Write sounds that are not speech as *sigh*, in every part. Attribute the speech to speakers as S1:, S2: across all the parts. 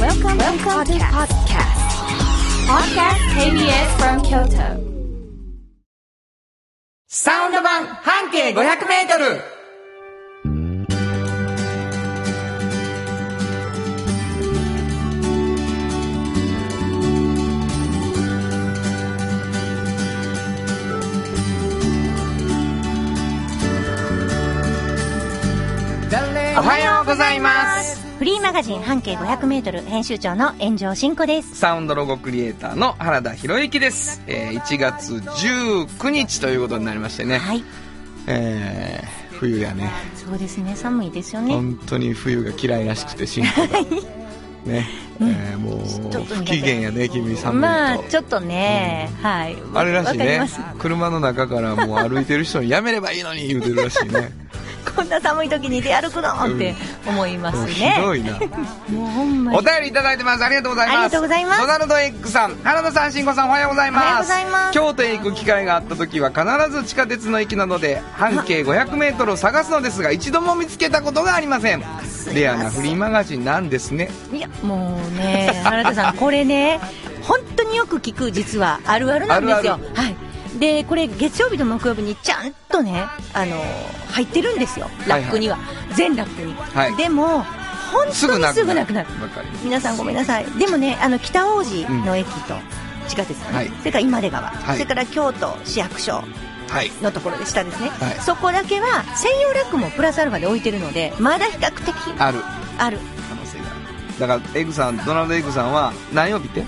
S1: Welcome, to the podcast. Podcast KBS from Kyoto.
S2: サウンド版半径500メートルおはようございます
S3: フリーマガジン半径 500m 編集長の炎上真子です
S2: サウンドロゴクリエイターの原田博之です、えー1月19日ということになりましてね、
S3: はい
S2: えー冬やね
S3: そうですね寒いですよね
S2: 本当に冬が嫌いらしくて進行がね、えーも
S3: ちょ
S2: う
S3: っと苦手
S2: 不機嫌やね君寒いと、
S3: まあちょっとね、はい
S2: あれらし
S3: わ
S2: い
S3: かり
S2: ね
S3: ます
S2: 車の中からもう歩いてる人にやめればいいのに言うてるらしいね
S3: こんな寒い時に出歩くのって思い *laughs* ます
S2: もうひ
S3: ね、
S2: どい
S3: も
S2: な
S3: うほんまに
S2: お便りいただいてますありがとうございます
S3: ありがとうございます
S2: ドナルドエッグさん原田さん慎吾さんおはようございます
S3: おはようございます
S2: 京都へ行く機会があった時は必ず地下鉄の駅などで半径 500m を探すのですが一度も見つけたことがありませんレアなフリーマガジンなんですね
S3: いやもうね原田さんこれね本当によく聞く実はあるあるなんですよ
S2: ある
S3: はいでこれ月曜日と木曜日にちゃんとねあの入ってるんですよ
S2: いは
S3: ラ
S2: い
S3: ックには、全ラックに、
S2: はい
S3: でも本
S2: す
S3: 当
S2: ぐ
S3: に
S2: なくなる
S3: すぐなくなる
S2: わかります
S3: 皆さんごめんなさいでもねあの北大路の駅と地下鉄、ね
S2: はい
S3: それから今出川、
S2: はい
S3: それから京都市役所
S2: はい
S3: のところで下ですね、
S2: はい
S3: そこだけは専用ラックもプラスアルファで置いてるのでまだ比較的
S2: ある
S3: ある
S2: 可能性があるだからエグさんドナルド・エグさんは何曜日って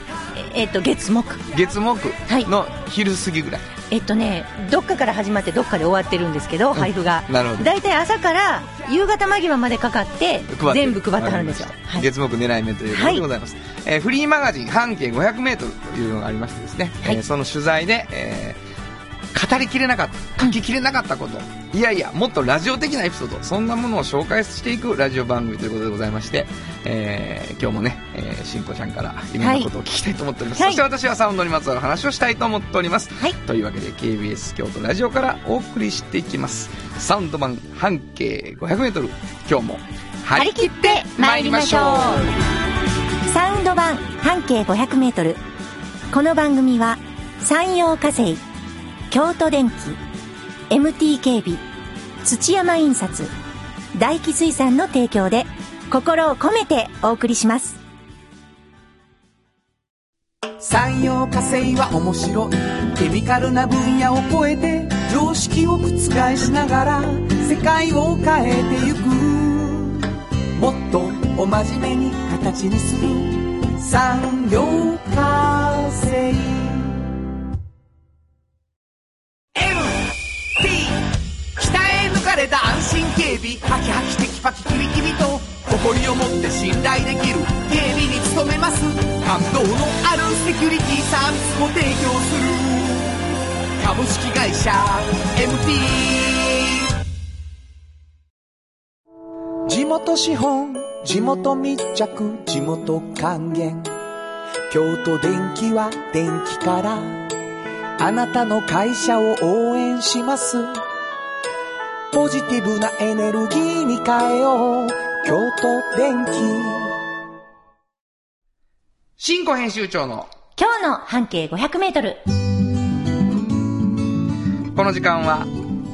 S3: えっと月木
S2: 月木
S3: い
S2: の昼過ぎぐらい、
S3: えっとねどっかから始まってどっかで終わってるんですけど配布が
S2: なるほど
S3: 大体朝から夕方間際までかかって
S2: 配って
S3: 全部配ってはるんですよ
S2: わかりました
S3: はい
S2: 月木狙い目ということでございます、えーフリーマガジン半径 500m というのがありましてですね、
S3: はい
S2: えーその取材で、えー語りきれなかった書ききれなかったこと、いやいやもっとラジオ的なエピソードそんなものを紹介していくラジオ番組ということでございまして、えー今日もね、えー、しんこちゃんからいろんなことを聞きたいと思っております、
S3: はい
S2: そして私はサウンドにまつわる話をしたいと思っております、
S3: はい
S2: というわけで KBS 京都ラジオからお送りしていきますサウンド版半径 500m 今日も張
S3: 張り切って参りましょう
S4: サウンド版半径 500m この番組は山陽火星京都電機 MT 警備土山印刷大気水産の提供で心を込めてお送りします
S5: 産業化成は面白いケミカルな分野を超えて常識を覆しながら世界を変えてゆくもっとお真面目に形にする産業化成 MT 北へ抜かれた安心警備ハキハキテキパキキビキビと誇りを持って信頼できる警備に努めます感動のあるセキュリティサービスを提供する株式会社 MT 地元資本地元密着地元還元京都電気は電気からあなたの会社を応援しますポジティブなエネルギーに変えよう京都電気
S2: 新庫編集長の
S3: 今日の半径 500m
S2: この時間は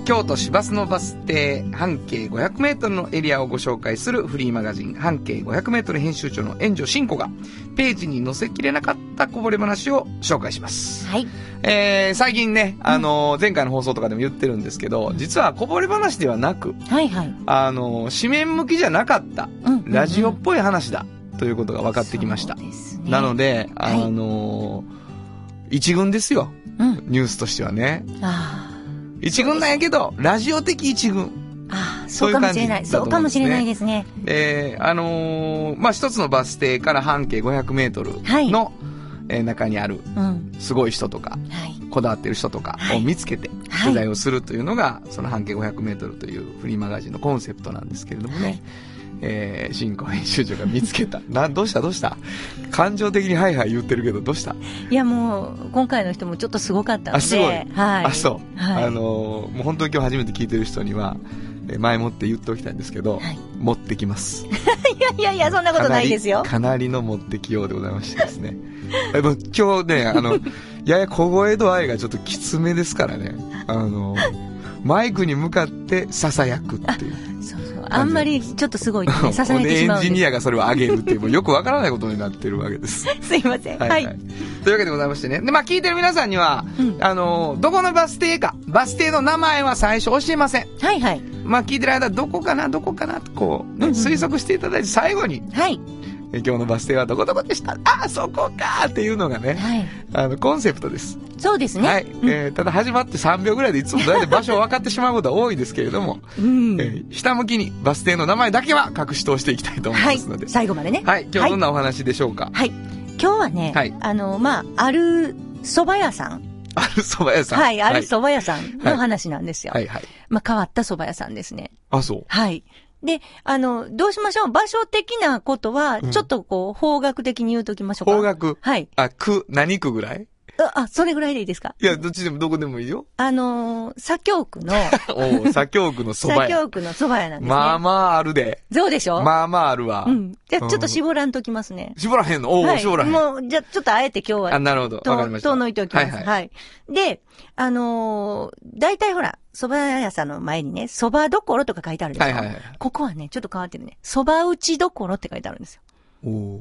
S2: 京都市バスのバス停半径 500m のエリアをご紹介するフリーマガジン半径 500m 編集長の援助新子がページに載せきれなかったこぼれ話を紹介します。
S3: はい
S2: えー、最近ね、あのー前回の放送とかでも言ってるんですけど、実はこぼれ話ではなく、
S3: はいはい
S2: あのー紙面向きじゃなかった、
S3: うん
S2: ラジオっぽい話だ、ということが分かってきました
S3: そう。ですね
S2: なので、あ
S3: はい
S2: のー一軍ですよ、
S3: うん
S2: ニュースとしてはね。
S3: ああ
S2: 一軍なんやけど、ラジオ的一軍。
S3: ああ
S2: そ
S3: そうう
S2: い
S3: か
S2: う
S3: もし
S2: 感じ
S3: れない
S2: だと
S3: そう
S2: 思うん
S3: かも
S2: ですね
S3: しれないですね
S2: えー、あのーまあ、一つのバス停から半径500メートル
S3: はい
S2: の、えー中にある、
S3: うん
S2: すごい人とか、
S3: はい
S2: こだわってる人とか
S3: は
S2: を
S3: い
S2: 見つけて、
S3: はい
S2: 取材をするというのが、その半径500メートルというフリーマガジンのコンセプトなんですけれどもね、
S3: はい
S2: えー、新興編集長が見つけた。 *laughs* な、どうしたどうした感情的にはいはい言ってるけど、どうした
S3: いやもう今回の人もちょっとすごかったので
S2: あすごい
S3: はい
S2: あ、そう。
S3: はい
S2: あのーもう本当に今日初めて聞いてる人には、えー前もって言っておきたいんですけど、
S3: はい
S2: 持ってきます。
S3: いやいやいや、そんなことないですよ。
S2: かなりかなりの持ってきようでございましてですね。 *laughs* えもう今日ね、あ
S3: *laughs*
S2: の、やや小声度合いがちょっときつめですからね。あの、マイクに向かって囁くって
S3: *laughs*
S2: いう。
S3: そうそう。あんまり、ちょっとすごいとね、支えて
S2: で
S3: し
S2: *laughs* エ
S3: まう
S2: ン
S3: んで
S2: ジ
S3: す
S2: ニアがそれを上げるっていう、もうよくわからないことになってるわけです。
S3: すいません。
S2: はい、
S3: は
S2: はい
S3: い。
S2: というわけでございましてね。で、まあ聞いてる皆さんには、
S3: うん
S2: あの、どこのバス停か、バス停の名前は最初教えません。
S3: はいはい。
S2: まあ聞いてる間、どこかな、どこかな、とこう、ね
S3: うんうん
S2: 推測していただいて、最後に、
S3: はい。
S2: え今日のバス停はどこどこでしたああ、そこかーっていうのがね、
S3: はい。
S2: あの、コンセプトです。
S3: そうですね。
S2: はい。えーただ始まって3秒ぐらいでいつも大体場所を分かってしまうことは多いですけれども、
S3: うん。
S2: えーひたむきにバス停の名前だけは隠し通していきたいと思い
S3: は
S2: ま
S3: い
S2: すので。。
S3: 最後までね。
S2: はい。今日どんなお話でしょうか、
S3: はい。今日はね、
S2: はい
S3: あの、まあ、ある蕎麦屋さん。
S2: ある蕎麦屋さん。
S3: はい、ある蕎麦屋さん
S2: はい
S3: の話なんですよ。
S2: はいはい。
S3: まあ、変わった蕎麦屋さんですね。
S2: あ、そう。
S3: はい。で、あの、どうしましょう場所的なことは、
S2: うん
S3: ちょっとこう、方角的に言うときましょうか。
S2: 方角。
S3: はい。
S2: あ、区、何区ぐらい
S3: あ、あそれぐらいでいいですか
S2: いや、どっちでもどこでもいいよ。
S3: あのー、左京区
S2: *laughs*
S3: の、
S2: おう左京区の蕎
S3: 左
S2: 麦屋。
S3: 京区の蕎麦屋なんですね。
S2: まあまああるで。
S3: どうでしょう、
S2: まあまああるわ。
S3: うん。じゃあ、ちょっと絞らんときますね。
S2: 絞らへんのおう、
S3: はい。
S2: 絞らへん。
S3: もう、じゃあ、ちょっとあえて今日
S2: あ、
S3: は、
S2: なるほど。わかり
S3: と、
S2: ました。
S3: と抜いておきます。
S2: は
S3: はいい、
S2: はい。
S3: で、あのー、大体ほら、蕎麦屋さんの前にね、蕎麦どころとか書いてあるでしょ。
S2: はいはいはい
S3: ここはね、ちょっと変わってるね。蕎麦打ちどころって書いてあるんですよ。
S2: おお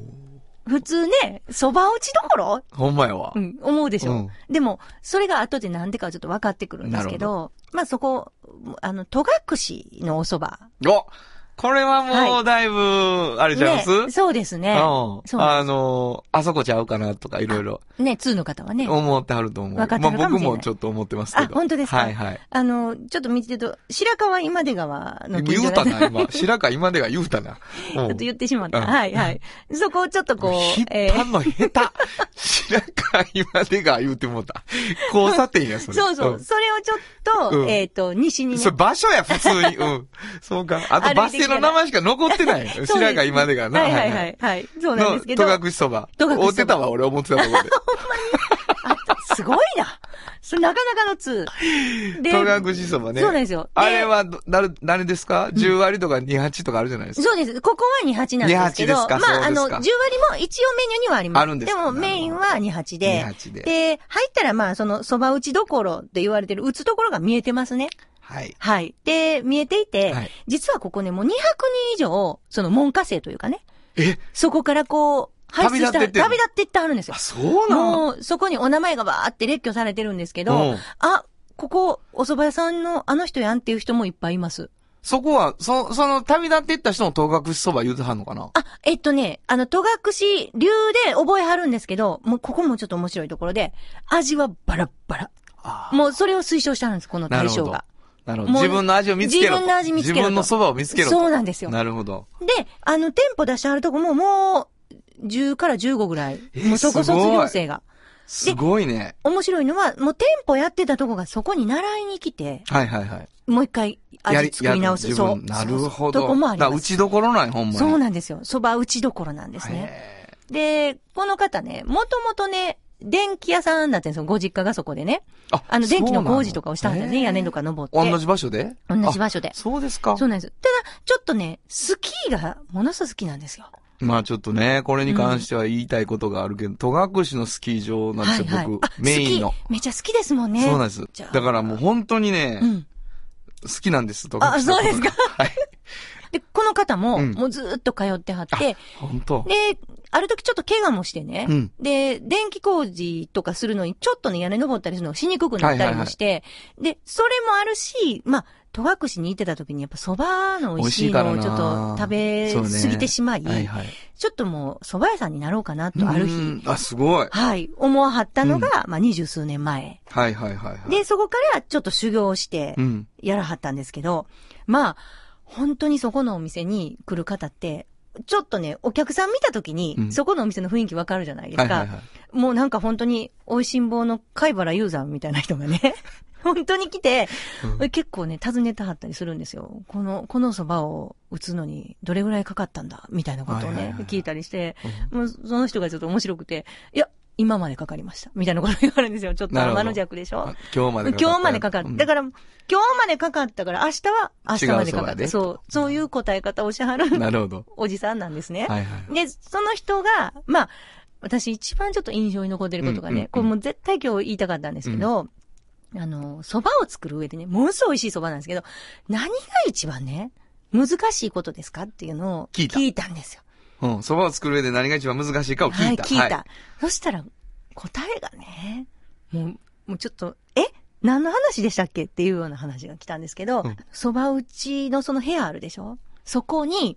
S3: 普通ね、蕎麦打ちどころ
S2: ほんまやわ
S3: う。ん、思うでしょ。
S2: うん
S3: でも、それが後でなんでかはちょっと分かってくるんですけ
S2: なる
S3: ど、まあそこ、あの、戸隠のお蕎麦。
S2: おこれはも
S3: は
S2: う、だいぶ、あれちゃいます
S3: ね、そうですね。
S2: う
S3: そう
S2: ん。
S3: な
S2: あのー、あそこちゃうかなとかいろいろ
S3: ね、通の方はね。
S2: 思ってはると思う。
S3: わかってる
S2: ま
S3: か
S2: あ
S3: も
S2: 僕
S3: しれない
S2: もちょっと思ってますけど。
S3: あ本当ですか
S2: はいはい。
S3: あの、ちょっと見てると、白川今出川の近
S2: 言
S3: 所
S2: うた
S3: なんで
S2: な、今。白川今でが言うたな。ち
S3: *laughs* ち
S2: ょ
S3: ょっと言ってしまっ
S2: う
S3: た。
S2: ん
S3: はいはい。そこをちょっとこう、
S2: 引っ張んの下手。白川今でが言うてもうた。交差点や、それ。
S3: そうそう、
S2: ん
S3: それをちょっと、
S2: うん
S3: えっ、と、西にね
S2: それ場所や、普通に。うん。そうか。あとバス停の名前しか残ってない。
S3: そうです
S2: 白川今でがな。
S3: はいはいはい。はい。そうなん
S2: の、
S3: です
S2: 戸
S3: けど。
S2: 隠そば。
S3: 戸隠そば
S2: 追ってたわ、俺思ってたところで。
S3: すごいな。それなかなかの通。で
S2: 戸隠そばね。
S3: そうなんですよで
S2: あれはど、なる、誰ですか ?10 割とか28とかあるじゃないですか。
S3: そうです。ここは28なんですけど、
S2: 28ですか
S3: まあ、
S2: そ
S3: あ
S2: うです
S3: の、10
S2: か
S3: 割も一応メニューにはあります。
S2: あるんですか
S3: もメインは28で。
S2: 28で
S3: で、入ったらまあ、その、蕎麦打ちどころって言われてる、打つところが見えてますね。
S2: はい。
S3: はい。で、見えていて、
S2: はい
S3: 実はここね、もう200人以上、その門下生というかね、
S2: え
S3: そこからこう、輩出しては
S2: 旅立ってってんの
S3: 旅立っていってあるんですよ
S2: あ、。そうなの
S3: もう、そこにお名前がばーって列挙されてるんですけ
S2: う
S3: ど
S2: ん、
S3: あ、ここ、お蕎麦屋さんのあの人やんっていう人もいっぱいいます。
S2: そこは、そ、その、旅立っていった人の東隠そば言うてはんのかな
S3: あ、えっとね、あの、戸隠流で覚えはるんですけど、もうここもちょっと面白いところで、味はバラッバラ。
S2: あー
S3: もうそれを推奨したんです、この
S2: な
S3: 大
S2: るほ
S3: 将
S2: ど
S3: が。。
S2: なるほど。
S3: もう
S2: 自分の味を見つけろと。
S3: 自分の味見つけろと
S2: 自分のそばを見つけろと。
S3: そうなんですよ
S2: なるほど。
S3: で、あの、店舗出してあるとこももう、10から15ぐらい。
S2: え
S3: もうそこ
S2: すごい
S3: 卒業生が。
S2: すごいね。
S3: 面白いのは、もう店舗やってたとこがそこに習いに来て、
S2: はいはいはい。
S3: もう一回
S2: や
S3: 味作り直
S2: や
S3: す。
S2: る
S3: そ
S2: 自
S3: う。
S2: 分なる
S3: そ
S2: ほ
S3: うそう
S2: ど。
S3: とこもありま
S2: だから打
S3: す。
S2: ちどころない、ほんまに。
S3: そう
S2: な
S3: なんですよ。蕎麦打ちどころなんですね。
S2: ね。
S3: で、この方ね、もともとね、電気屋さんだったんですよ。ご実家がそこでね。
S2: あ
S3: あの、電気の工事とかをしたんだよね。屋根と
S2: か。
S3: か登って。
S2: 同じ場所で
S3: 同じ場所で
S2: あそうですか
S3: そう。なんです。ただ、ちょっとね、スキーがものすごく好きなんですよ。
S2: まあちょっとね、これに関しては言いたいことがあるけど、戸隠のスキー場なんですよ、僕
S3: あ、。
S2: メインの
S3: ス。キーめちゃ好きですもんね。
S2: そうなんです。
S3: じゃあ
S2: だからもう本当にね
S3: う、ん。
S2: 好きなんです、戸隠
S3: あそうですか
S2: はい。
S3: で、この方も、
S2: うん
S3: もうずーっと通ってはって、
S2: 本当。
S3: で、ある時ちょっと怪我もしてね、
S2: うん
S3: で、電気工事とかするのに、ちょっとね、屋根登ったりするのがしにくくなったりもして、で、それもあるし、まあ、戸隠に行ってた時にやっぱ蕎麦の美味しいのをちょっと食べ過ぎてしまい、
S2: はいはい。
S3: ちょっともう蕎麦屋さんになろうかなと、ある
S2: う
S3: 日、
S2: ん。あ、すごい。
S3: はい、思わはったのが、まあ、二十数年前。
S2: はいはいはいはい。
S3: で、そこからちょっと修行をして
S2: う、ん。
S3: やらはったんですけど、まあ、本当にそこのお店に来る方って、ちょっとね、お客さん見た時に、
S2: うん
S3: そこのお店の雰囲気わかるじゃないですか。
S2: はいはいはい。
S3: もうなんか本当に、美味しん坊の貝原雄山みたいな人がね、 *laughs* 本当に来て、結構ね、尋ねたはったりするんですよ。この、この蕎麦を打つのに、どれぐらいかかったんだみたいなことをね、
S2: はいはいはい
S3: 聞いたりして、
S2: うん
S3: もうその人がちょっと面白くて、いや、今までかかりました。みたいなこと言われるんですよ。ちょっと
S2: なるほど
S3: 天の弱でしょ
S2: あ今日までかかった、
S3: 今日までかかる。だからら、今日までかかったから、明日は明日までかか
S2: 違うそうだ
S3: っ
S2: ね
S3: た。そう。そういう答え方をしはる
S2: うんなる
S3: *laughs*
S2: ほど。
S3: おじさんなんですね。
S2: はいはい。
S3: で、その人が、まあ、私一番ちょっと印象に残ってることがね、
S2: うんうんうん
S3: これもう絶対今日言いたかったんですけど、あの、蕎麦を作る上でね、ものすごい美味しい蕎麦なんですけど、何が一番ね、難しいことですかっていうのを
S2: 聞いた
S3: 聞いたんですよ。
S2: うん。蕎麦を作る上で何が一番難しいかを聞いた。
S3: はい、聞いた。そしたら、答えがね、もう、もうちょっと、え何の話でしたっけっていうような話が来たんですけど
S2: うん、
S3: そば、打ちのその部屋あるでしょそこに、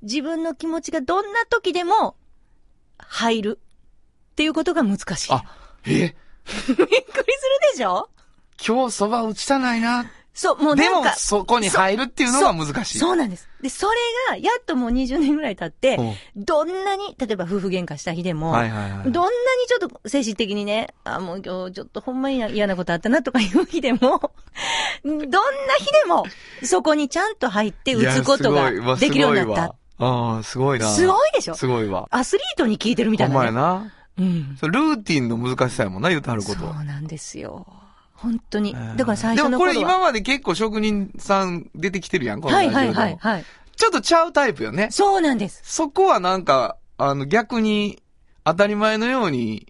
S3: 自分の気持ちがどんな時でも、入る。っていうことが難しい。
S2: あえ
S3: びっくりするでしょ
S2: 今日蕎麦打ちたないな。
S3: そう、もう
S2: で
S3: なん
S2: も
S3: か。、
S2: そこに入るっていうのが難しい。
S3: そうなんです。で、それが、やっともう20年ぐらい経って
S2: うん、
S3: どんなに、例えば夫婦喧嘩した日でも、
S2: はいはいはい。
S3: どんなにちょっと精神的にね、あ、もう今日ちょっとほんまに嫌なことあったなとかいう日でも、 *laughs* どんな日でも、そこにちゃんと入って打つことが
S2: いやすごいわ
S3: できるようになった。。
S2: すごいわああ、す
S3: す
S2: ごいな。
S3: ごいでしょ
S2: すごいわ。
S3: アスリートに聞いてるみた
S2: ほ
S3: い
S2: んま
S3: な、
S2: や
S3: ね。
S2: な。
S3: うん。
S2: それルーティンの難しさやもんな、言うてはるこ
S3: そ
S2: とは。
S3: うなんですよ。本当に
S2: うん。
S3: だから最初
S2: で
S3: の
S2: もこれ
S3: 頃
S2: 今
S3: は。
S2: まで結構職人さん出てきてるやん、この
S3: は
S2: ラジ
S3: い
S2: オでも
S3: はいはいはい。
S2: ちょっとちゃうタイプよね。
S3: そうなんです。
S2: そこはなんか、あの、逆に、当たり前のように、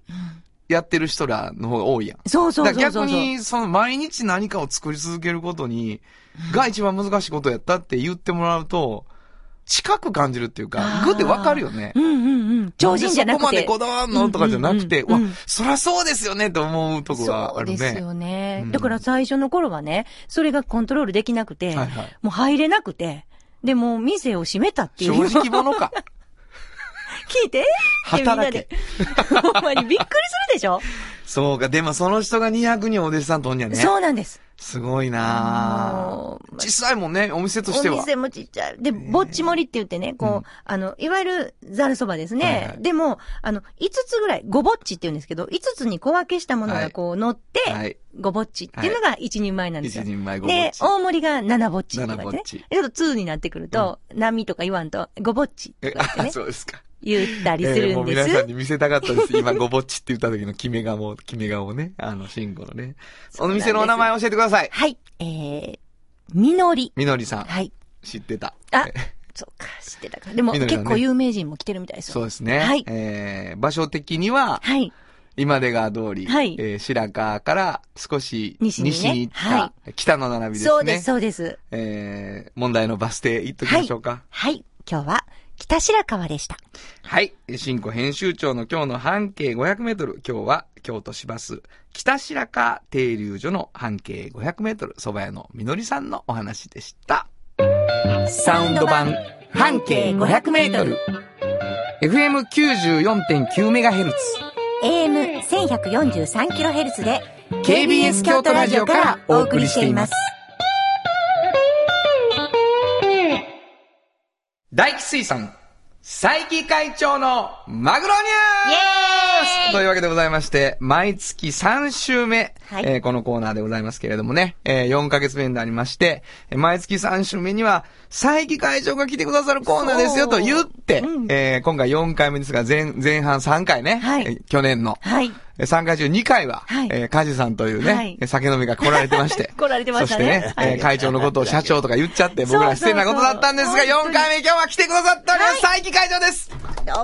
S2: やってる人らの方が多いやん。
S3: そうそう
S2: だ
S3: そう
S2: か
S3: そうそ
S2: ら
S3: う。
S2: 逆に、その、毎日何かを作り続けることに、が一番難しいことやったって言ってもらうと、近く感じるっていうか
S3: あ、ー
S2: ぐってわかるよね。
S3: うんうんうん。超人じゃなく
S2: んで
S3: て
S2: そこ。までこだわんのとかじゃなくて、
S3: うんうんうん
S2: わ、そらそうですよねって思うとこが
S3: そ
S2: あ
S3: う
S2: るね。
S3: ですよね
S2: う。ん
S3: だから最初の頃はね、それがコントロールできなくて、
S2: はいはい。
S3: もう入れなくて、で、もう店を閉めたっていう。
S2: 正直者か。
S3: 聞いてってみんな
S2: 働
S3: で
S2: け。。 *laughs*
S3: ほんまにびっくりするでしょ、
S2: そうか、でもその人が200人お弟子さんとんにゃね。
S3: そうなんです。
S2: すごいな
S3: も
S2: ぁ
S3: う
S2: 実際もね、お店として
S3: お
S2: は。
S3: 店もちっちゃい。で、ぼっち盛りって言ってね、こう、
S2: うん
S3: あの、いわゆるざるそばですね。
S2: はいはい
S3: でも、あの、5つぐらい、ごぼっちって言うんですけど、5つに小分けしたものがこう乗って、
S2: はい。
S3: ごぼっちっていうのが1人前なんです
S2: 一
S3: よ。
S2: 人前ごぼっ
S3: で、
S2: ち。
S3: 大盛りが7ぼっちとか
S2: 七ぼっ
S3: ね。
S2: ち
S3: ちょっと2になってくると、波とか言わんと、ごぼっちと
S2: え
S3: かって
S2: あ、
S3: ね、
S2: そうですか。
S3: 言ったりす
S2: ええ
S3: る
S2: も
S3: ん
S2: う
S3: で
S2: 皆
S3: す。
S2: さんに見せたかったです。今、ごぼっちって言った時の決め顔、決め顔をね。あの、慎吾のね。
S3: そう
S2: お
S3: なんです
S2: 店のお名前教えてください。
S4: はい。
S3: えー、みのり。
S2: みのりさん。
S3: はい。
S2: 知ってた。
S3: あ、そうか、知ってたか。でも、
S2: みのりはね
S3: 結構有名人も来てるみたいですよ。
S2: そうですね。
S3: はい
S2: えー場所的には、
S3: はい。
S2: 今出川通り、
S3: はい
S2: えー白川から少し
S3: 西にね
S2: に行った、
S3: は
S2: 北の並びですね。
S3: そうです、そうです。
S2: えー問題のバス停行っときましょうか。
S4: はい。今日は北白川でした。
S2: はい。新庫編集長の今日の半径500メートル。今日は京都市バス北白川停留所の半径500メートル、蕎麦屋のみのりさんのお話でした。サウンド版半径500メートル。FM94.9 メガヘルツ。
S4: AM1143kHz で
S2: KBS 京都ラジオからお送りしています。大吉水産、佐伯会長のマグロニュースというわけでございまして、毎月3週目、
S4: はい
S2: えーこのコーナーでございますけれどもね、えー4ヶ月目になりまして、えー毎月3週目には、佐伯会長が来てくださるコーナーですよと言って、
S3: うん
S2: えー今回4回目ですが、前、前半3回ね、
S3: はい
S2: えー去年の、
S3: はい。
S2: えー3回中2回は、
S3: はい
S2: えーカジさんというね、
S3: はい
S2: えー酒飲みが来られてまして
S3: *laughs* 。来られてました
S2: そ
S3: ね
S2: してね、えー会長のことを社長とか言っちゃって、僕ら失礼なことだったんですが、
S3: そうそうそう
S2: 4回目今日は来てくださっております、佐伯会長です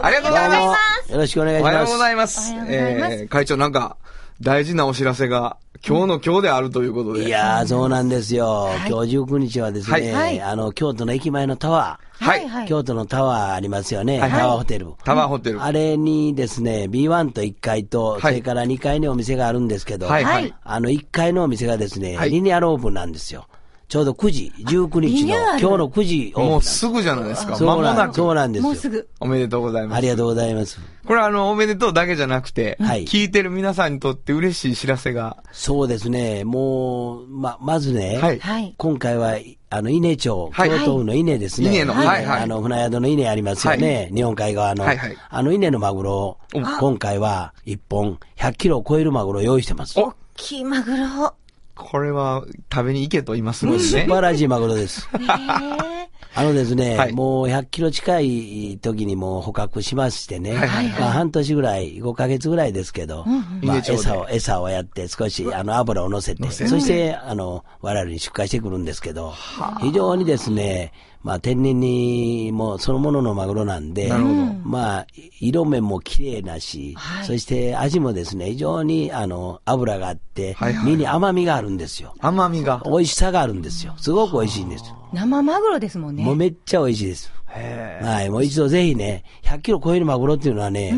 S2: ありがとうございます
S6: す。よろしくお願い
S2: お
S6: し
S2: はよ
S6: ま
S2: う
S6: す。
S2: ございます。
S3: おはようございます
S2: えー会長なんか、大事なお知らせが、今日の今日であるということで。
S6: いやー、そうなんですよ。
S3: い
S6: 今日19日はですね、
S2: はい
S3: はい
S6: あの、京都の駅前のタワー、
S2: は
S3: はいい、はい。
S6: 京都のタワーありますよね、
S2: はいはい
S6: タワーホテル。
S2: タワーホテル。
S6: あれにですね、B1 と1階と、
S2: い
S6: それから2階にお店があるんですけど、
S2: はいはい
S3: はい
S6: あの1階のお店がですね、
S2: はい
S6: リニアルオープンなんですよ。ちょうど9時、19
S3: リ
S6: 日
S3: ニ
S6: の、
S3: ューアル
S6: 今日の9時オープンな
S2: も
S6: ん
S2: う
S6: です。
S2: すぐじゃないですか。
S6: そ
S2: 間
S6: う
S2: も
S6: な
S2: なん
S6: そう
S2: く。
S6: なんですよ。
S3: もうすぐ。
S2: おめでとうございま
S6: あり
S2: す。
S6: がとうございます。
S2: これあの、おめでとうだけじゃなくて、
S6: はい
S2: 聞いてる皆さんにとって嬉しい知らせが。
S6: そうですね、もう、ま、まずね、
S2: はい
S3: はい。
S6: 今回は、あの、稲町、
S2: はい
S6: 京都府の稲ですね。
S2: はい稲のはいはい
S6: あの、船宿の稲ありますよね。日本海側の。
S2: はいはい
S6: あの稲のマグロを、今回は1本100キロを超えるマグロを用意してます。
S2: お
S3: キーマグ
S2: *laughs*
S3: ロ。
S2: これは、食べに行けと今す
S6: も
S2: ぐ
S6: う
S2: に
S6: 素
S2: ね。
S6: 晴らしいマグロです。
S3: えー
S6: あのですね、
S2: はい
S6: もう100キロ近い時にもう捕獲しましてね、
S2: はいはい
S6: まあ、半年ぐらい、5ヶ月ぐらいですけど、まあ、
S2: 稲町で
S6: 餌を、餌をやって少しあの油を乗せて、
S2: せて
S6: そして、あの、我々に出荷してくるんですけど、非常にですね、まあ、天然にもうそのもののマグロなんで、
S2: なるほど
S6: まあ、色面も綺麗なし、そして味もですね、非常にあの油があって、
S2: はいはい
S6: 身に甘みがあるんですよ。
S2: 甘みが。
S6: 美味しさがあるんですよ。すごく美味しいんです。
S3: 生マグロですもんね。
S6: もうめっちゃ美味しいです。はい。もう一度ぜひね、100キロ超えるマグロっていうのはね、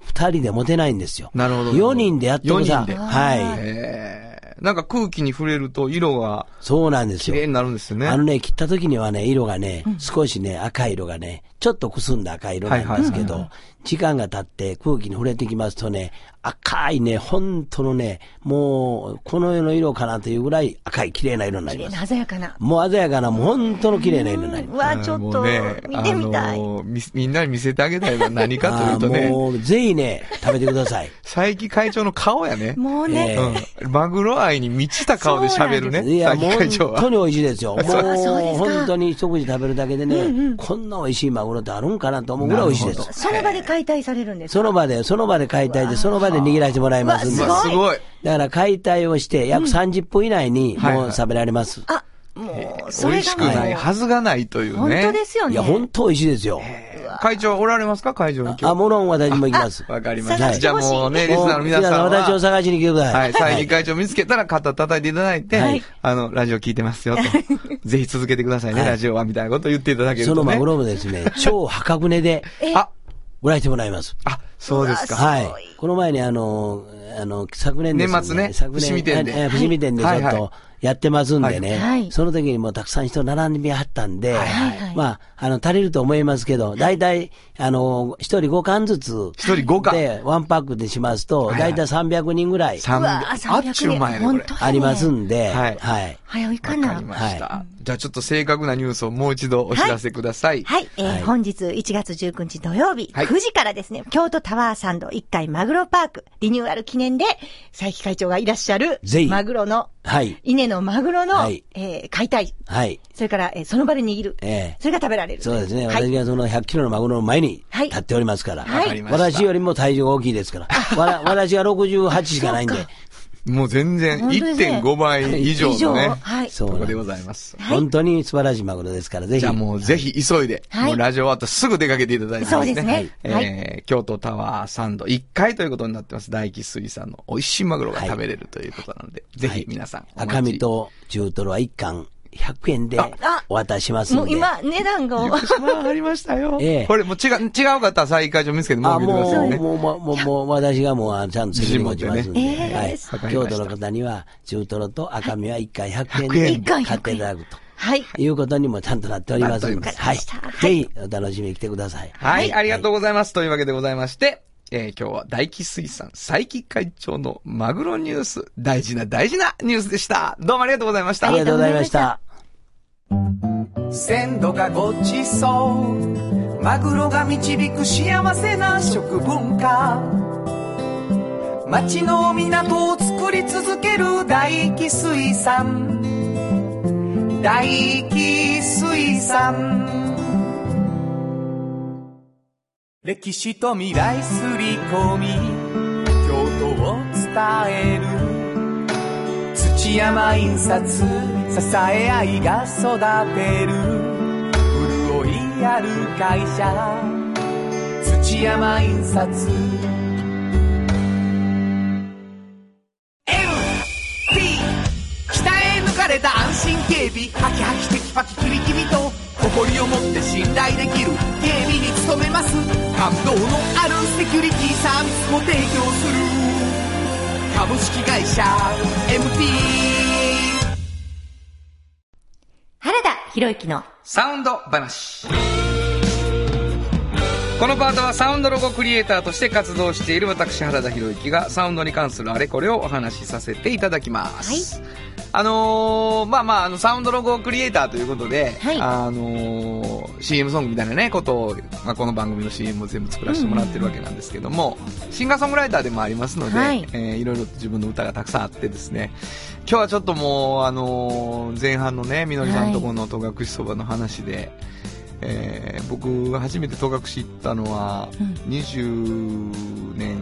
S6: 二、人で持てないんですよ。
S2: なるほど
S6: 4人でやっても
S2: 四人
S6: さ、
S2: で
S6: はい。
S2: えー、なんか空気に触れると色が
S6: そうなんです
S2: 綺
S6: よ。
S2: 麗になるんですよね。
S6: あのね、切った時にはね、色がね、少しね、赤い色がね、ちょっとくすんだ赤い色なんですけ
S2: はい
S6: ど、時間が経って空気に触れてきますとね、赤いね、本当のね、もう、この世の色かなというぐらい赤い綺麗な色になります。
S3: 鮮やかな。
S6: もう鮮やかな、もう本当の綺麗な色になり
S3: う
S6: ます。
S3: わ、ちょっ
S2: も
S3: と、
S2: うね
S3: 見てみたい。
S2: あのみみんなに見せてあげたいのは何かというと
S6: あー
S2: ね、
S6: もう、ぜひね、食べてください。
S2: 佐伯会長の顔やね。
S3: もうね、
S6: え
S2: うん、マグロ愛に満ちた顔で喋るね、
S6: いや、
S2: 佐
S6: もう
S2: 伯会
S6: 本
S2: 長
S6: 当
S2: は。
S6: に美味しいで
S2: *laughs*
S6: すよ。もう、
S3: そうですか
S6: 本当に一口食べるだけでね、こんな美味しいマグロってあるんかなと思うぐらい美味しいで
S2: なるほ
S6: す
S2: ど。
S3: その場で解体されるんです。
S6: その場で、その場で解体で、その場で握らせてもらいますんで。
S2: うわすごい。
S6: だから解体をして、約30分以内に
S2: はい
S6: もう食べられます。
S3: あ、もう、そ
S2: 美
S3: れ
S2: 味
S3: が
S2: しく
S3: もう、
S2: ないはずがないという
S3: 本
S2: ね。
S3: 当ですよ
S6: い
S3: ね。
S6: や、本当美味しいですよ。
S2: 会長おられますか会場に
S6: あ、
S2: 今日。
S6: もろん私も行きます。
S2: わかりまし
S6: は
S2: た。
S6: い
S2: じゃあもうね、リス
S6: もう
S2: ナーの皆さんは。
S6: 皆私を探しに来てくださ。
S2: はいい、佐伯会長見つけたら肩叩いていただいて、
S3: はい
S2: あの、ラジオ聞いてますよと。ぜひ続けてくださいね、
S6: はい
S2: ラジオは、みたいなことを言っていただけると、
S6: そ
S2: ね。
S6: のマグロもです
S2: *laughs*
S6: ね、超破格値で
S2: あ、
S6: 売られてもらいます。
S2: あ、そうですか。
S6: はい。この前にあの、あの、昨年です
S2: 年末ね
S6: 昨年。
S2: 伏見店で
S6: ええ伏見店でちょ
S2: はい
S6: っ
S2: はい
S6: とやってますんでね。
S3: はい
S6: その時にもうたくさん人並んでみはったんで。
S3: はいはい
S6: まあ、あの、足りると思いますけど、だいたい、あの、一人5缶ずつ。
S2: 一人五缶
S6: で、ワンパックでしますと、
S2: はい
S6: だ
S2: はい
S6: いたい300人ぐらい
S2: 三
S3: うわ
S2: あ
S3: 300
S2: っちゅう前やね、こ
S3: 本
S2: れ
S3: 当。
S6: ありますんで。
S2: はい
S6: はい。
S3: 早いか
S2: わか
S3: な
S2: り。ました、
S6: は
S2: じゃあちょっと正確なニュースをもう一度お知らせください。
S3: はい、えー
S6: はい
S3: 本日1月19日土曜日、
S2: はい
S3: 9時からですね、京都タワーサンド1階マグロパークリニューアル記念で、佐伯会長がいらっしゃる
S6: ぜひ、
S3: マグロの、
S6: はい。
S3: 稲のマグロの、
S6: はい
S3: えー解体、
S6: はい。
S3: それから、えーその場で握る、
S6: ええ
S3: それが食べられる。
S6: そうですね。
S3: はい
S6: 私がその100キロのマグロの前に
S3: はい
S6: 立っておりますから。
S3: はいわか
S2: りました
S6: 私よりも体重が大きいですから。わら私が68しかないんで。
S2: もう全然
S3: 本当ですね
S2: 1.5倍以上のね、
S3: はい。
S6: そ
S2: とこ
S6: うな
S2: ろ
S6: ん
S2: で
S6: です
S2: ございます。
S3: はい
S6: 本当に素晴らしいマグロですから、ぜひ。
S2: じゃあもうぜひ急いで、
S3: はい
S2: もうラジオ終わったらすぐ出かけていただいて
S3: そうですねはい
S2: えー京都タワーサンド1階ということになってます。大吉水産の美味しいマグロが食べれるということなので、ぜひ皆さんお待ち
S6: 赤身と中トロは1貫100円で
S3: あ
S6: お渡ししますんで。
S3: もう今、値段が、
S2: 言ってしま *laughs* わりましたよ。
S6: ええ
S2: これもう違う、違う方は再会場見つけても
S6: あ、
S2: うけてくだ
S6: も
S2: さ
S6: う、
S2: いね。
S6: もう、もう、もう、もう、私がもう、あちゃんと責任持ちますんで。
S2: 自
S3: 信持ってね
S6: は
S3: え
S6: い
S3: ー
S2: わか。りまし
S6: 京
S2: た
S6: 都の方には、中トロと赤身は1回100
S2: 100
S6: 円
S2: 円
S6: で買っていただくと。
S3: はい。
S6: いうことにもちゃんとなっておりますので、
S2: な
S3: っておりま
S6: は
S3: すわかりま
S6: い。
S3: した
S6: ぜひ、お楽しみに来てください。
S2: はい、ありがと
S6: う。
S2: うございます。というわけでございまして、えー今日は大気水産佐伯会長のマグロニュース、大事な大事なニュースでした。どうもありがとうございました。
S6: ありがとうございました。
S5: 鮮度がごちそうマグロが導く幸せな食文化町の港を作り続ける大気水産大気水産歴史と未来すり込み京都を伝える土山印刷支え合いが育てる潤いある会社土山印刷 MT 北へ抜かれた安心警備ハキハキテキパキキビキビと誇りを持って信頼できる警備に努めます感動のあるセキュリティサービスを提供する株式会社 MT
S3: 原田博之の、
S2: サウンド話。このパートはサウンドロゴクリエイターとして活動している私原田博之がサウンドに関するあれこれをお話しさせていただきます。あのーまあまあ、あの、サウンドロゴクリエイターということで、
S3: はい
S2: あのー CM ソングみたいなね、ことを、まあ、この番組の CM を全部作らせてもらってるわけなんですけども、シンガーソングライターでもありますので、
S3: はい
S2: いえーいろいろと自分の歌がたくさんあってですね、今日はちょっともう、あのー前半のね、みのりさんとこの戸隠そばの話で、えー僕初めて戸隠行ったのは
S3: うん
S2: 20年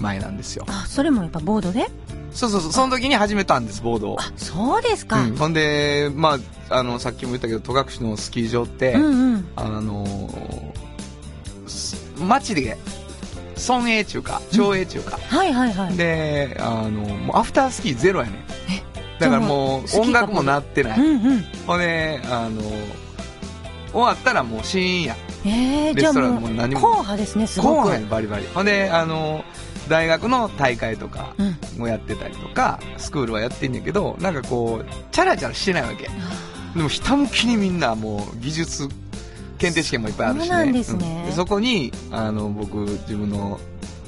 S2: 前なんですよ、
S3: あ、それもやっぱボードで
S2: そうそうそうその時に始めたんですボードを、
S3: あ、そうですか。う
S2: うん、
S3: ん
S2: ほんで、まあ、あのさっきも言ったけど戸隠のスキー場って、
S3: うん。
S2: あのーす街で村営中か町営中か、
S3: はいはいはい。
S2: であのもうアフタースキーゼロやねんだからも
S3: じゃ
S2: う
S3: あもう
S2: 音楽も鳴ってない、
S3: うんうん。
S2: ほんであの終わったらもう深夜
S3: ええ
S2: レ
S3: じゃあ
S2: ストラン
S3: も
S2: も
S3: う、
S2: 何
S3: 硬
S2: も
S3: 派ですね、す
S2: 後
S3: ごく。
S2: 半バリバリほんであの大学の大会とか
S3: うん。
S2: もやってたりとかスクールはやってんねんけどなんかこうチャラチャラしてないわけでもひたむきにみんなもう技術検定試験もいっぱいあるしね
S3: そうなんですね
S2: そこにあの僕自分の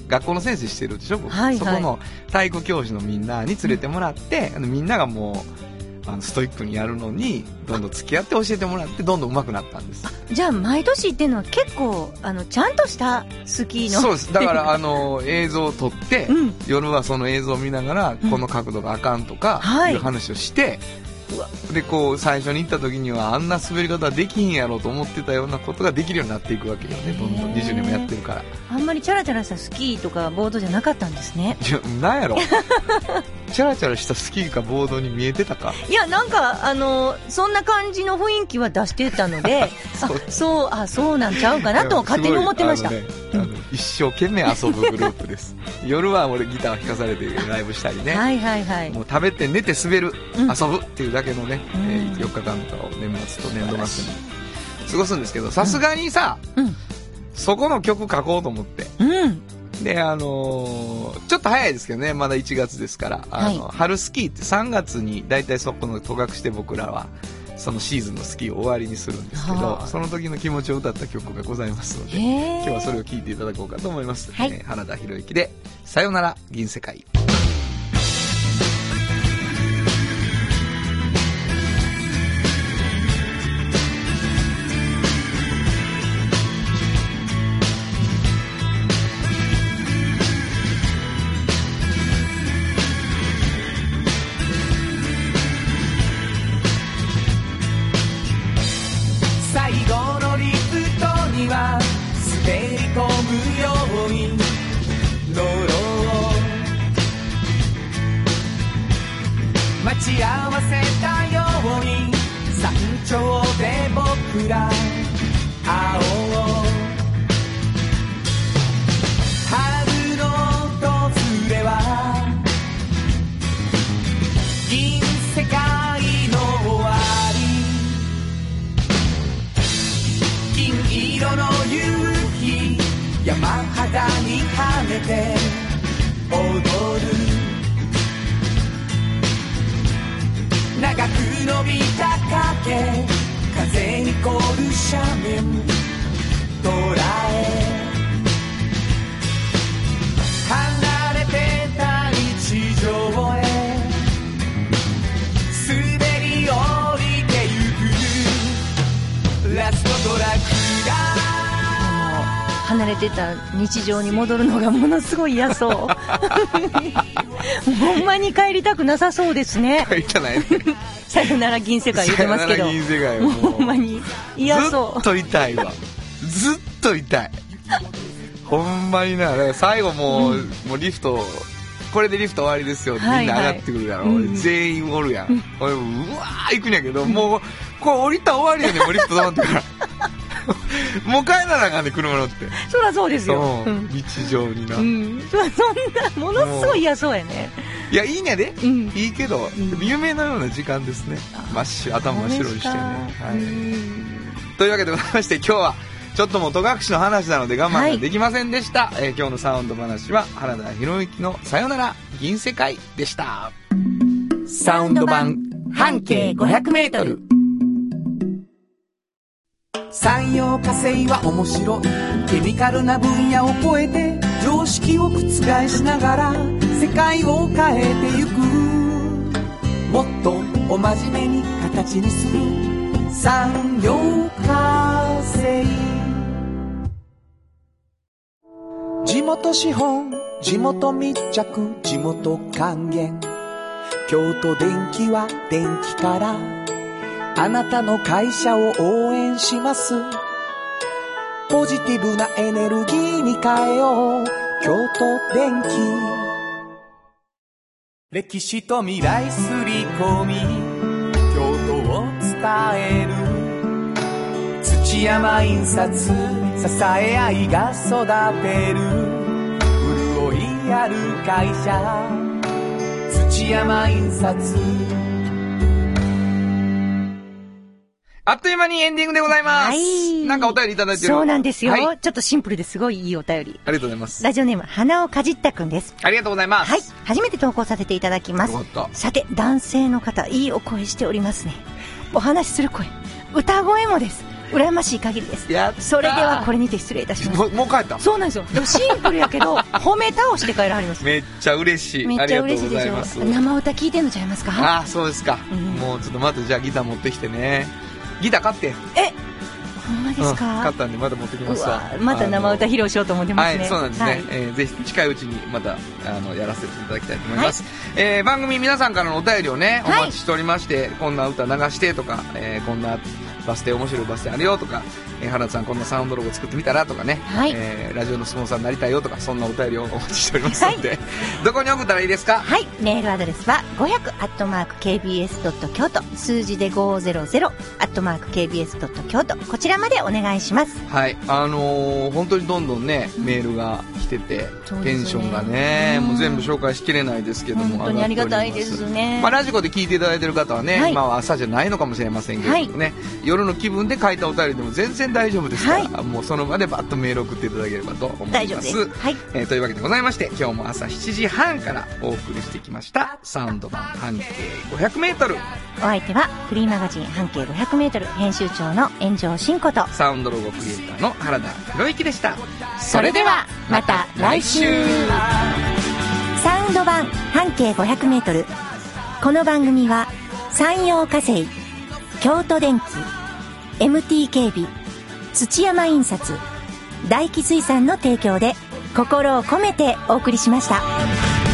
S2: 学校の先生してるでしょ、僕
S3: はいはい
S2: そこの体育教師のみんなに連れてもらって、あのみんながもうあのストイックにやるのにどんどん付き合って教えてもらってどんどん上手くなったんです
S3: じゃあ、毎年行ってるのは結構、あの、ちゃんとしたスキーの。
S2: そうですだからあの映像を撮って、
S3: うん。
S2: 夜はその映像を見ながらこの角度があかんとか
S3: はい
S2: いう話をして、でこう最初に行った時にはあんな滑り方はできひんやろうと思ってたようなことができるようになっていくわけよねどんどん
S3: へー
S2: 20年もやってるから
S3: あんまりチャラチャラしたスキーとかボードじゃなかったんですね。
S2: いやなんやろ *laughs* チャラチャラしたスキーかボードに見えてたか
S3: いや、なんか、あの、そんな感じの雰囲気は出してたので、
S2: そ
S3: *laughs* あそう、
S2: う
S3: あ、そうなんちゃうかなと勝手に思ってました。
S2: すごいあのねあの一生懸命遊ぶグループです夜は俺ギターを弾かされてライブしたりね、
S3: はいはいはい。
S2: もう食べて寝て滑る、
S3: うん
S2: 遊ぶっていうだけのね、
S3: うん
S2: え4日間とかを年末と年度末に過ごすんですけどさすがにさ、
S3: うん
S2: そこの曲書こうと思って
S3: うん。
S2: であのーちょっと早いですけどねまだ1月ですからあの、春スキーって3月に大体そこの戸隠して僕らはそのシーズンのスキーを終わりにするんですけ
S3: は
S2: ど
S3: あ
S2: その時の気持ちを歌った曲がございますので
S3: へえ。
S2: 今日はそれを聞いていただこうかと思います、
S4: はい
S2: えー原田博之で「さよなら銀
S3: *laughs*
S2: 世界」
S5: 最後のリフトには滑り込むように乗ろう待ち合わせたように山頂で僕ら会おう春の訪れは銀世界の終わり金色の夕日山肌に跳ねて踊る長く伸びた影風に凍る斜面捉え離れてた日常へ滑り降りてゆくラストドラッグだ
S3: 離れてた日常に戻るのがものすごい嫌
S2: *laughs*
S3: そう。ほんまに帰りたくなさそうですね。
S2: 書いてないね
S3: さよなら銀世界言ってますけど。
S2: *laughs* さよなら銀世界もう
S3: *laughs* ほんまに嫌
S2: ず
S3: そ
S2: っと痛いわずっと痛いほんまになだから最後もう,、もうリフトこれでリフト終わりですよってみんな上がってくるやろ、
S3: はいはい
S2: 俺全員おるやん、俺うわー行くんやけどもうこれ降りたら終わりやねんもうリフト止まって
S3: *laughs*
S2: からもう帰らなあかんねん車乗って
S3: う。そらそうです
S2: そ
S3: よ。
S2: の
S3: うん。
S2: 日常にな、
S3: うん。そらそんな、ものすごい嫌そうやね。
S2: いやいいんやで、
S3: うん
S2: いいけど、
S3: ん
S2: 夢のような時間ですね真っ白頭真っ白にしてね、はい
S3: うん
S2: というわけでございまして今日はちょっともう戸隠の話なので我慢ができませんでした、えー今日のサウンド話は原田博之の「さよなら銀世界」でしたサウンド版
S4: 半径500メートル
S5: 産業化成は面白いケミカルな分野を超えて常識を覆しながら世界を変えてゆくもっとお真面目に形にする産業化成地元資本地元密着地元還元京都電気は電気からあなたの会社を応援しますポジティブなエネルギーに変えよう京都電気歴史と未来すり込み京都を伝える土山印刷支え合いが育てる潤いある会社土山印刷
S2: あっという間にエンディングでございます。
S3: はい
S2: なんかお便りいただいてる
S3: そうなんですよ、
S2: はい。あり
S3: ちょっとシンプルですごいいいお便り。
S2: がとうございます。
S3: ラジオネーム、花をかじったくんです。
S2: ありがとうございます。
S3: はい。初めて投稿させていただきます
S2: よ。かった。
S3: さて、男性の方、いいお声しておりますね。お話しする声、歌声もです。羨ましい限りです。
S2: やったー
S3: それではこれにて失礼いたします。
S2: もう、もう帰った。
S3: そうなんですよ。でもシンプルやけ
S2: *laughs*
S3: ど、褒め倒して帰らはります。
S2: めっちゃ嬉しい。
S3: めっちゃ嬉しい
S2: ありが
S3: で
S2: とうご
S3: す
S2: ざ
S3: よ。
S2: います。
S3: 生歌聞いてんのちゃいますか
S2: ああ、そうですか、
S3: うん
S2: もうちょっとまたじゃあギター持ってきてね。ギター買って。
S3: え、ほんまです
S2: うん買
S3: か
S2: っ、たんでまた持ってき
S3: う
S2: ますわ
S3: わ。また生歌披露しようと思ってま
S2: は
S3: すね。
S2: い、そうなんですね。
S3: はい
S2: えーぜひ近いうちにまた、あの、やらせていただきたいと思います。えー番組皆さんからのお便りをね、お
S3: はい
S2: 待ちしておりまして、こんな歌流してとか、えーこんなバス停面白いバス停あるよとか、えー原田さんこんなサウンドロゴ作ってみたらとかね、
S3: はい
S2: えーラジオのスポンサーになりたいよとか、そんなお便りをお待ちしておりますので、 *laughs* どこに送ったらいいですか
S3: はい、メールアドレスは500アットマーク KBS ドット京都数字で500アットマーク KBS ドット京都こちらまでお願いします。
S2: はい、あのー本当にどんどんね、メールが来てて、
S3: そうですね
S2: テンションがね、
S3: うん
S2: もう全部紹介しきれないですけども、
S3: 本当にありがたいですね。
S2: まあ、ラジコで聞いていただいてる方はね、
S3: はい
S2: 今は朝じゃないのかもしれませんけれどもね、夜の気分で書いたお便りでも全然大丈夫ですから、もうその場でバッとメール送っていただければと思います
S3: 大丈夫です。はい。
S2: えーというわけでございまして今日も朝7時半からお送りしてきましたサウンド版半径 500m
S3: お相手はフリーマガジン半径500メートル編集長の炎上真子と。
S2: サウンドロゴクリエイターの原田博之でした
S3: それではまた来週
S4: サウンド版半径500メートル。この番組は、山陽火星、京都電機、MT 警備、土山印刷、大気水産の提供で、心を込めてお送りしました。
S5: 「